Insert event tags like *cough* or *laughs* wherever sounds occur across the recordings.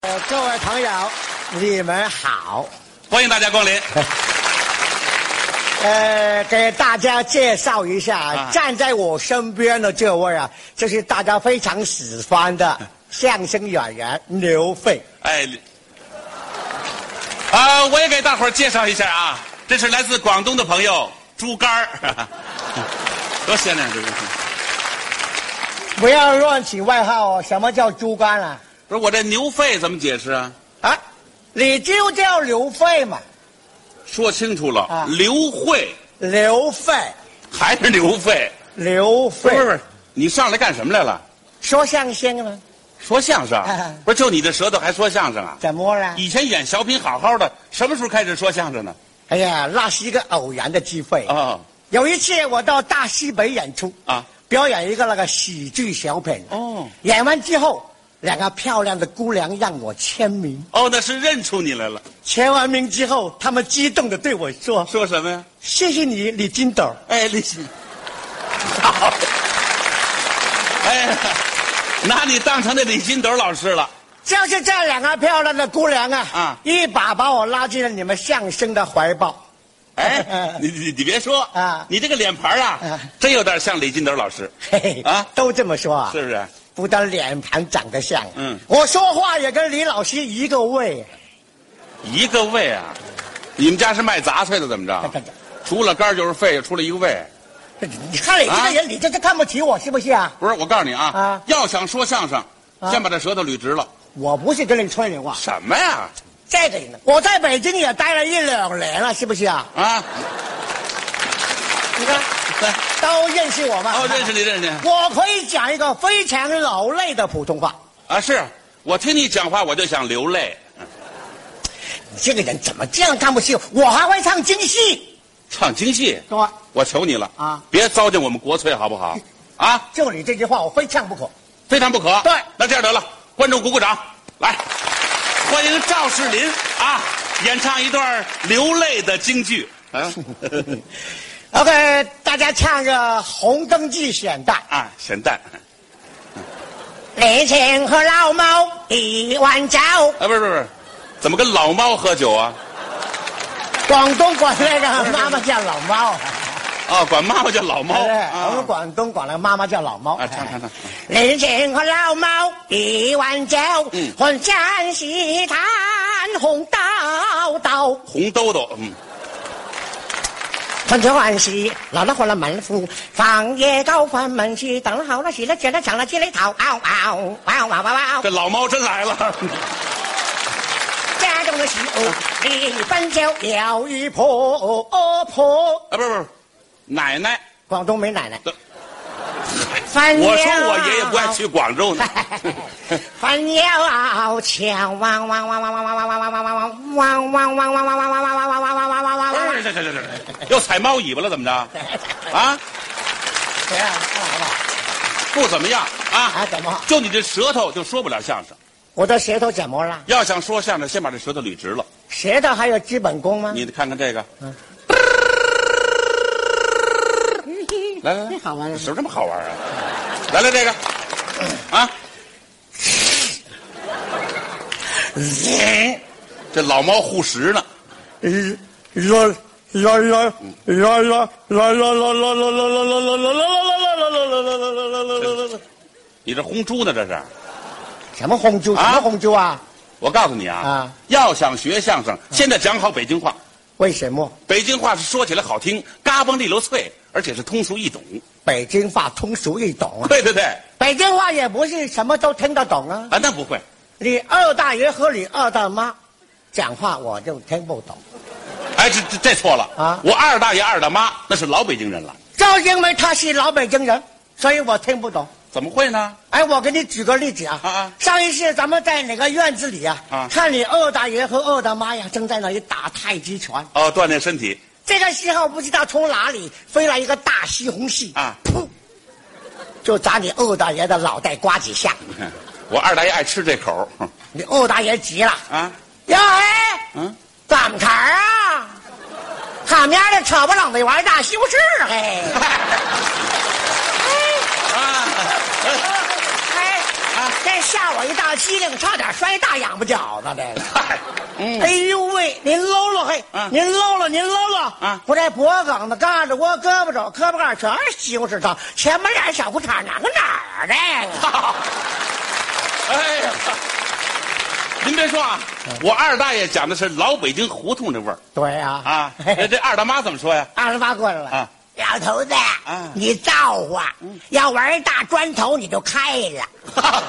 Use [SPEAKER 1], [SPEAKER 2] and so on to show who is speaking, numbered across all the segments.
[SPEAKER 1] 呃各位朋友，你们好。
[SPEAKER 2] 欢迎大家光临。
[SPEAKER 1] 呃，给大家介绍一下，
[SPEAKER 2] 啊
[SPEAKER 1] 站在我身边的这位啊，就是大家非常喜欢
[SPEAKER 2] *laughs*
[SPEAKER 1] 的相声演员刘飞。
[SPEAKER 2] 哎，啊，我也给大伙儿介绍一下啊，这是来自广东的朋友猪肝儿， *laughs* 多鲜亮，这个。
[SPEAKER 1] 不要乱起外号哦，什么叫猪肝啊？
[SPEAKER 2] 不是我这牛肺怎么解释啊？
[SPEAKER 1] 啊，你就叫刘飞嘛，
[SPEAKER 2] 说清楚了，
[SPEAKER 1] 啊
[SPEAKER 2] 刘慧
[SPEAKER 1] 刘飞，
[SPEAKER 2] 还是刘肺？
[SPEAKER 1] 刘
[SPEAKER 2] 不
[SPEAKER 1] 飞
[SPEAKER 2] 是不是，不是你上来干什么来了？
[SPEAKER 1] 说相声啊吗？
[SPEAKER 2] 说相声
[SPEAKER 1] 啊？
[SPEAKER 2] 不是，就你这舌头还说相声啊？
[SPEAKER 1] 怎么了？
[SPEAKER 2] 以前演小品好好的，什么时候开始说相声呢？
[SPEAKER 1] 哎呀，那是一个偶然的机会。
[SPEAKER 2] 哦
[SPEAKER 1] 有一次我到大西北演出，
[SPEAKER 2] 啊，
[SPEAKER 1] 表演一个那个喜剧小品。
[SPEAKER 2] 哦
[SPEAKER 1] 演完之后，两个漂亮的姑娘让我签名，
[SPEAKER 2] 哦，那是认出你来了。
[SPEAKER 1] 签完名之后，她们激动的对我说
[SPEAKER 2] 说什么呀？：“
[SPEAKER 1] 谢谢你，李金斗。
[SPEAKER 2] 哎，李欣，好， *laughs* 哎，拿你当成那李金斗老师了。”
[SPEAKER 1] 就是这两个漂亮的姑娘啊，
[SPEAKER 2] 啊
[SPEAKER 1] 一把把我拉进了你们相声的怀抱。 *laughs*
[SPEAKER 2] 哎，你你你别说
[SPEAKER 1] 啊
[SPEAKER 2] 你这个脸盘啊
[SPEAKER 1] 啊，
[SPEAKER 2] 真有点像李金斗老师，
[SPEAKER 1] 嘿嘿
[SPEAKER 2] 啊
[SPEAKER 1] 都这么说啊，
[SPEAKER 2] 是不是？
[SPEAKER 1] 不但脸盘长得像，
[SPEAKER 2] 嗯
[SPEAKER 1] 我说话也跟李老师一个味。
[SPEAKER 2] 一个胃啊，你们家是卖杂碎的，怎么着？
[SPEAKER 1] *laughs*
[SPEAKER 2] 除了肝儿就是肺，出了一个胃。
[SPEAKER 1] 你看你这个人，你这是看不起我是不是啊？
[SPEAKER 2] 不是，我告诉你啊，
[SPEAKER 1] 啊
[SPEAKER 2] 要想说相声，
[SPEAKER 1] 啊
[SPEAKER 2] 先把这舌头捋直了。
[SPEAKER 1] 我不是跟你吹牛啊，
[SPEAKER 2] 什么呀？
[SPEAKER 1] 这个人，我在北京也待了一两年了，是不是啊？ *laughs*
[SPEAKER 2] 啊， *laughs*
[SPEAKER 1] 你看，
[SPEAKER 2] 来，
[SPEAKER 1] 都认识我吗？
[SPEAKER 2] 哦，认识你，认识你
[SPEAKER 1] 我可以讲一个非常老泪的普通话。
[SPEAKER 2] 啊！是我听你讲话，我就想流泪。
[SPEAKER 1] 你这个人怎么这样看不起我？我还会唱京戏，
[SPEAKER 2] 唱京戏，
[SPEAKER 1] 是吧？
[SPEAKER 2] 我求你了
[SPEAKER 1] 啊！
[SPEAKER 2] 别糟践我们国粹好
[SPEAKER 1] *laughs*
[SPEAKER 2] 不好？啊，
[SPEAKER 1] 就你这句话，我非唱不可。
[SPEAKER 2] 非常不可。
[SPEAKER 1] 对
[SPEAKER 2] 那这样得了，观众鼓鼓掌，来，欢迎赵世林啊，演唱一段流泪的京
[SPEAKER 1] *laughs*
[SPEAKER 2] 剧啊
[SPEAKER 1] OK，大家唱个《红灯记》选段。
[SPEAKER 2] 啊，咸蛋
[SPEAKER 1] 李青和老猫一碗粥，
[SPEAKER 2] 啊，不是不是不是，怎么跟老猫喝酒啊？
[SPEAKER 1] 广东管那个妈妈叫老猫。
[SPEAKER 2] 啊，管妈妈叫老猫
[SPEAKER 1] 哎
[SPEAKER 2] 啊
[SPEAKER 1] 我们广东管那妈妈叫老猫。
[SPEAKER 2] 啊唱唱唱。
[SPEAKER 1] 人情和老猫一碗酒，
[SPEAKER 2] 嗯
[SPEAKER 1] 混江西滩红豆豆，
[SPEAKER 2] 红兜兜，嗯，
[SPEAKER 1] 混着碗西，老了混了满腹，放夜高翻门西，等了好了洗了卷了抢了鸡肋头，嗷嗷嗷嗷嗷嗷
[SPEAKER 2] 这，老猫真来
[SPEAKER 1] *laughs*
[SPEAKER 2] 了。啊
[SPEAKER 1] 家中的媳妇一分酒有一婆婆，
[SPEAKER 2] 啊，不是不是，奶奶，
[SPEAKER 1] 广东没奶奶
[SPEAKER 2] 这。
[SPEAKER 1] 翻
[SPEAKER 2] 我说
[SPEAKER 1] 了
[SPEAKER 2] 我爷爷不爱去广
[SPEAKER 1] *laughs*
[SPEAKER 2] 州呢。
[SPEAKER 1] 翻腰傲桥，汪汪汪汪汪汪汪汪汪汪汪汪汪汪汪汪汪汪汪汪汪汪汪汪汪
[SPEAKER 2] 不是，
[SPEAKER 1] 汪。
[SPEAKER 2] 这这这这，又踩猫尾巴了，怎么着？啊，
[SPEAKER 1] 怎样？好不好？
[SPEAKER 2] 不怎么样啊
[SPEAKER 1] 啊，？怎么？
[SPEAKER 2] 就你这舌头就说不了相声。
[SPEAKER 1] 我的舌头怎么了？
[SPEAKER 2] 要想说相声，先把这舌头捋直了。
[SPEAKER 1] 舌头还有基本功吗？
[SPEAKER 2] 你看看这个，
[SPEAKER 1] 嗯
[SPEAKER 2] 来来来，
[SPEAKER 1] 好玩
[SPEAKER 2] 什么这么好玩啊？来来这个，啊，这老猫护食呢，你这轰猪呢这是？
[SPEAKER 1] 什么红珠？什么红珠啊？
[SPEAKER 2] 我告诉你啊，
[SPEAKER 1] 啊
[SPEAKER 2] 要想学相声，先得讲好北京话。
[SPEAKER 1] 为什么
[SPEAKER 2] 北京话是说起来好听，嘎嘣利落脆，而且是通俗易懂。
[SPEAKER 1] 北京话通俗易懂啊？
[SPEAKER 2] *laughs* 对对对，
[SPEAKER 1] 北京话也不是什么都听得懂啊。
[SPEAKER 2] 啊，那不会，
[SPEAKER 1] 你二大爷和你二大妈讲话我就听不懂，
[SPEAKER 2] 哎，这这这错了
[SPEAKER 1] 啊
[SPEAKER 2] 我二大爷二大妈那是老北京人了，
[SPEAKER 1] 就因为他是老北京人，所以我听不懂。
[SPEAKER 2] 怎么会呢？
[SPEAKER 1] 哎，我给你举个例子啊，
[SPEAKER 2] 啊啊
[SPEAKER 1] 上一次咱们在哪个院子里啊，
[SPEAKER 2] 啊
[SPEAKER 1] 看你二大爷和二大妈呀正在那里打太极拳，
[SPEAKER 2] 哦，锻炼身体，
[SPEAKER 1] 这个时候不知道从哪里飞来一个大西红柿
[SPEAKER 2] 啊
[SPEAKER 1] 噗，就砸你二大爷的脑袋瓜几下，
[SPEAKER 2] 我二大爷爱吃这口哼
[SPEAKER 1] 你二大爷急了，
[SPEAKER 2] 啊，
[SPEAKER 1] 哟嘿，
[SPEAKER 2] 嗯，
[SPEAKER 1] 怎么茬儿啊？他们家的扯不冷的玩意儿大西红柿，哎嘿。
[SPEAKER 2] *laughs* 啊，
[SPEAKER 1] 哎，
[SPEAKER 2] 啊
[SPEAKER 1] 这吓我一大机灵，差点摔大仰巴饺子。这个，
[SPEAKER 2] 嗨，嗯， *laughs*
[SPEAKER 1] 哎呦喂，您搂搂嘿，
[SPEAKER 2] 嗯
[SPEAKER 1] 您搂搂，您搂搂
[SPEAKER 2] 嗯
[SPEAKER 1] 我这脖梗子、胳肢窝、胳膊肘、胳膊盖儿全是西红柿汤，前面俩小裤衩哪个哪儿的？
[SPEAKER 2] 好，哎呀，您别说啊，我二大爷讲的是老北京胡同的味儿
[SPEAKER 1] 对呀、啊， *laughs*
[SPEAKER 2] 啊，那这二大妈怎么说呀？
[SPEAKER 1] 二十八过来了。
[SPEAKER 2] 啊
[SPEAKER 1] 老头子，
[SPEAKER 2] 啊嗯
[SPEAKER 1] 你造化！要玩大砖头，你就开了。
[SPEAKER 2] *laughs* 哈，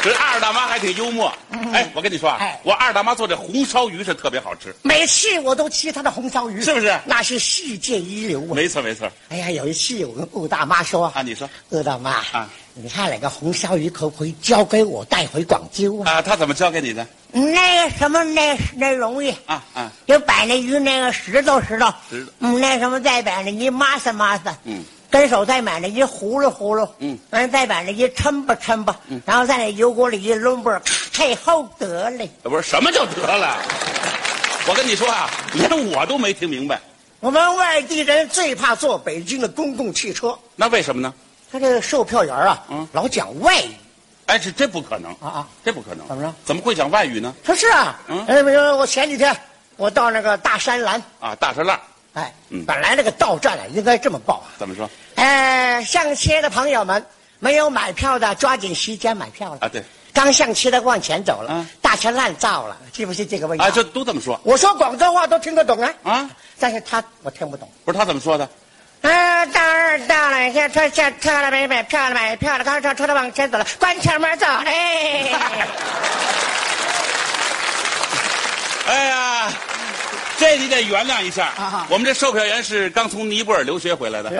[SPEAKER 2] 这二大妈还挺幽默。哎，我跟你说啊
[SPEAKER 1] 哎，
[SPEAKER 2] 我二大妈做这红烧鱼是特别好吃。
[SPEAKER 1] 每次我都吃他的红烧鱼，
[SPEAKER 2] 是不是
[SPEAKER 1] 那是世界一流啊！
[SPEAKER 2] 没错没错
[SPEAKER 1] 哎呀，有一次我跟顾大妈说
[SPEAKER 2] 啊，你说
[SPEAKER 1] 顾大妈
[SPEAKER 2] 啊
[SPEAKER 1] 你看那个红烧鱼可不可以交给我带回广州啊？
[SPEAKER 2] 啊，她怎么教给你的？
[SPEAKER 1] 那个什么，那那容易，
[SPEAKER 2] 啊啊，
[SPEAKER 1] 就摆那鱼那个石头石头，
[SPEAKER 2] 石头
[SPEAKER 1] 嗯，那什么再摆那一抹撒抹撒，
[SPEAKER 2] 嗯，
[SPEAKER 1] 跟手再买那一糊噜糊噜，
[SPEAKER 2] 嗯，
[SPEAKER 1] 完再买那一抻吧抻吧，嗯，然后在那油锅里一抡吧，太后得嘞。
[SPEAKER 2] 不是什么就得了。我跟你说啊，连我都没听明白，
[SPEAKER 1] 我们外地人最怕坐北京的公共汽车，
[SPEAKER 2] 那为什么呢？
[SPEAKER 1] 他这个售票员啊，
[SPEAKER 2] 嗯
[SPEAKER 1] 老讲外语
[SPEAKER 2] 哎，这这不可能，
[SPEAKER 1] 啊啊。
[SPEAKER 2] 这不可能。
[SPEAKER 1] 怎么着？
[SPEAKER 2] 怎么会讲外语呢？
[SPEAKER 1] 他是啊，
[SPEAKER 2] 嗯
[SPEAKER 1] 哎，比如说我前几天我到那个大山栏，
[SPEAKER 2] 啊，大栅栏
[SPEAKER 1] 哎，
[SPEAKER 2] 嗯
[SPEAKER 1] 本来那个到站啊应该这么报啊，
[SPEAKER 2] 怎么说？
[SPEAKER 1] 呃，上车的朋友们，没有买票的抓紧时间买票了
[SPEAKER 2] 啊对，
[SPEAKER 1] 刚上车的往前走了，
[SPEAKER 2] 嗯
[SPEAKER 1] 大车烂造了，是不是这个味道？
[SPEAKER 2] 啊，这都这么说
[SPEAKER 1] 我说广州话都听得懂啊，
[SPEAKER 2] 啊？
[SPEAKER 1] 但是他我听不懂。
[SPEAKER 2] 不是他怎么说的？
[SPEAKER 1] 啊，到了到了，下车下车了没？买票了买票了，刚上车的往前走了，关前门走
[SPEAKER 2] *laughs*
[SPEAKER 1] 嘞。 *laughs*
[SPEAKER 2] 哎呀，这你得原谅一下。
[SPEAKER 1] 啊
[SPEAKER 2] 我们这售票员是刚从尼泊尔留学回来的。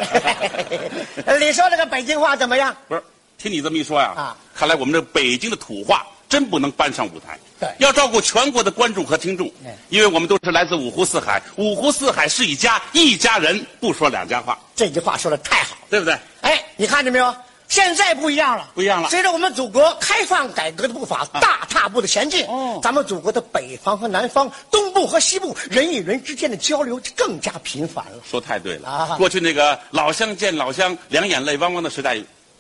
[SPEAKER 1] *laughs* 你说这个北京话怎么样？
[SPEAKER 2] 不是，听你这么一说呀，
[SPEAKER 1] 啊
[SPEAKER 2] 看来我们这北京的土话真不能搬上舞台。
[SPEAKER 1] 对
[SPEAKER 2] 要照顾全国的观众和听众
[SPEAKER 1] 嗯，
[SPEAKER 2] 因为我们都是来自五湖四海，五湖四海是一家，一家人不说两家话，
[SPEAKER 1] 这句话说的太好了。
[SPEAKER 2] 对不对？
[SPEAKER 1] 哎，你看见没有？现在不一样了，
[SPEAKER 2] 不一样了啊
[SPEAKER 1] 随着我们祖国开放改革的步伐大踏步的前进，
[SPEAKER 2] 哦
[SPEAKER 1] 咱们祖国的北方和南方、东部和西部，人与人之间的交流就更加频繁了。
[SPEAKER 2] 说太对了。
[SPEAKER 1] 啊
[SPEAKER 2] 过去那个老乡见老乡，两眼泪汪汪的时代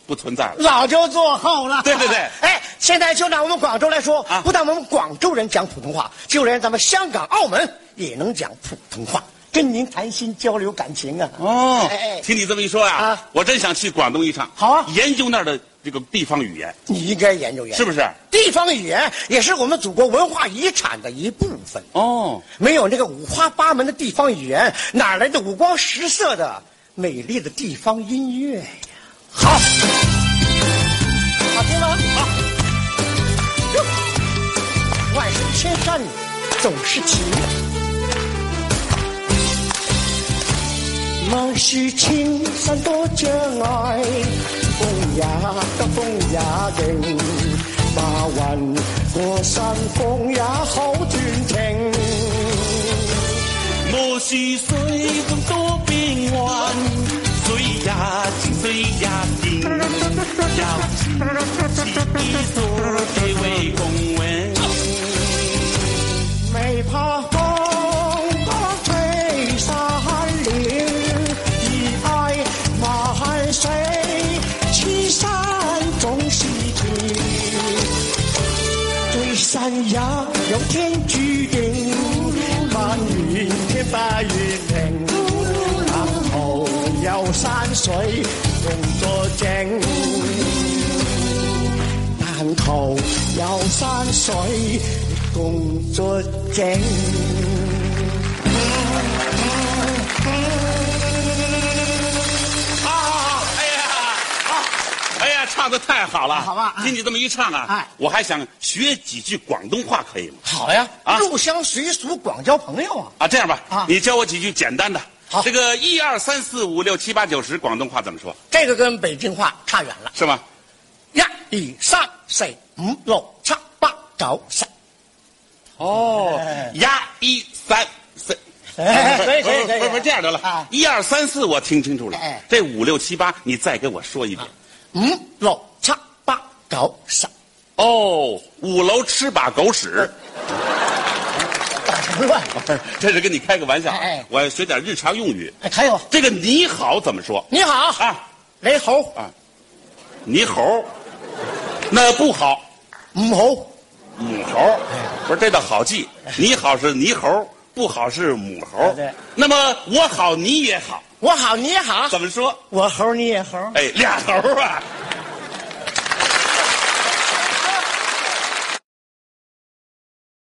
[SPEAKER 2] 不存在了。
[SPEAKER 1] 早就落后了。
[SPEAKER 2] 对对对
[SPEAKER 1] *laughs* 哎，现在就拿我们广州来说，
[SPEAKER 2] 啊
[SPEAKER 1] 不但我们广州人讲普通话，就连咱们香港、澳门也能讲普通话，跟您谈心交流感情啊。
[SPEAKER 2] 哦
[SPEAKER 1] 哎哎，
[SPEAKER 2] 听你这么一说呀，
[SPEAKER 1] 啊
[SPEAKER 2] 我真想去广东一趟。
[SPEAKER 1] 好啊
[SPEAKER 2] 研究那儿的这个地方语言，
[SPEAKER 1] 你应该研究研究，
[SPEAKER 2] 是不是？
[SPEAKER 1] 地方语言也是我们祖国文化遗产的一部分。
[SPEAKER 2] 哦，
[SPEAKER 1] 没有那个五花八门的地方语言，哪来的五光十色的美丽的地方音乐呀？好，好听吗？好。哟万水千山总是情，莫是青山多障礙，風也急，風也勁。白雲過山峰也好斷情。
[SPEAKER 2] 我是水中多变幻，水也清，水也甜，也是一所地位公园。
[SPEAKER 1] 未怕風不吹散了，而愛萬水千山總是情。對山也有天注定，萬緣天不願停。白頭有山水共作證。但求有山水共作證。
[SPEAKER 2] 好好好，哎呀，好，哎呀，唱的太好了，
[SPEAKER 1] 好吧
[SPEAKER 2] 听你这么一唱啊，
[SPEAKER 1] 哎
[SPEAKER 2] 我还想学几句广东话，可以吗？
[SPEAKER 1] 好呀，
[SPEAKER 2] 啊
[SPEAKER 1] 入乡随俗，广交朋友啊。
[SPEAKER 2] 啊，这样吧，
[SPEAKER 1] 啊
[SPEAKER 2] 你教我几句简单的。
[SPEAKER 1] 好
[SPEAKER 2] 这个一二三四五六七八九十，广东话怎么说？
[SPEAKER 1] 这个跟北京话差远了。
[SPEAKER 2] 是吗？
[SPEAKER 1] 一、二、三、四、五、六、七、八、九、十。
[SPEAKER 2] 哦，呀，一三四。
[SPEAKER 1] 哎 *laughs* 可以可以可以
[SPEAKER 2] 不是不是这样得了
[SPEAKER 1] 啊，
[SPEAKER 2] 一二三四我听清楚了
[SPEAKER 1] 哎，
[SPEAKER 2] 这五六七八你再给我说一遍。
[SPEAKER 1] 五、六、七、八、九、十。哎
[SPEAKER 2] 哦，五楼吃把狗屎，
[SPEAKER 1] 打什么乱？
[SPEAKER 2] *laughs* 这是跟你开个玩笑啊
[SPEAKER 1] 呃哎哎。
[SPEAKER 2] 我要学点日常用语。
[SPEAKER 1] 哎，还有，啊
[SPEAKER 2] 这个你好怎么说
[SPEAKER 1] 你好，
[SPEAKER 2] 啊？
[SPEAKER 1] 雷猴，
[SPEAKER 2] 你猴，那不好。
[SPEAKER 1] 母猴，
[SPEAKER 2] 母猴，不是这倒好记。你好是猕猴，不好是母猴。
[SPEAKER 1] 对
[SPEAKER 2] 那么我好你也好，
[SPEAKER 1] 我好你也好，
[SPEAKER 2] 怎么说？
[SPEAKER 1] 我猴你也猴，
[SPEAKER 2] 哎，俩猴啊，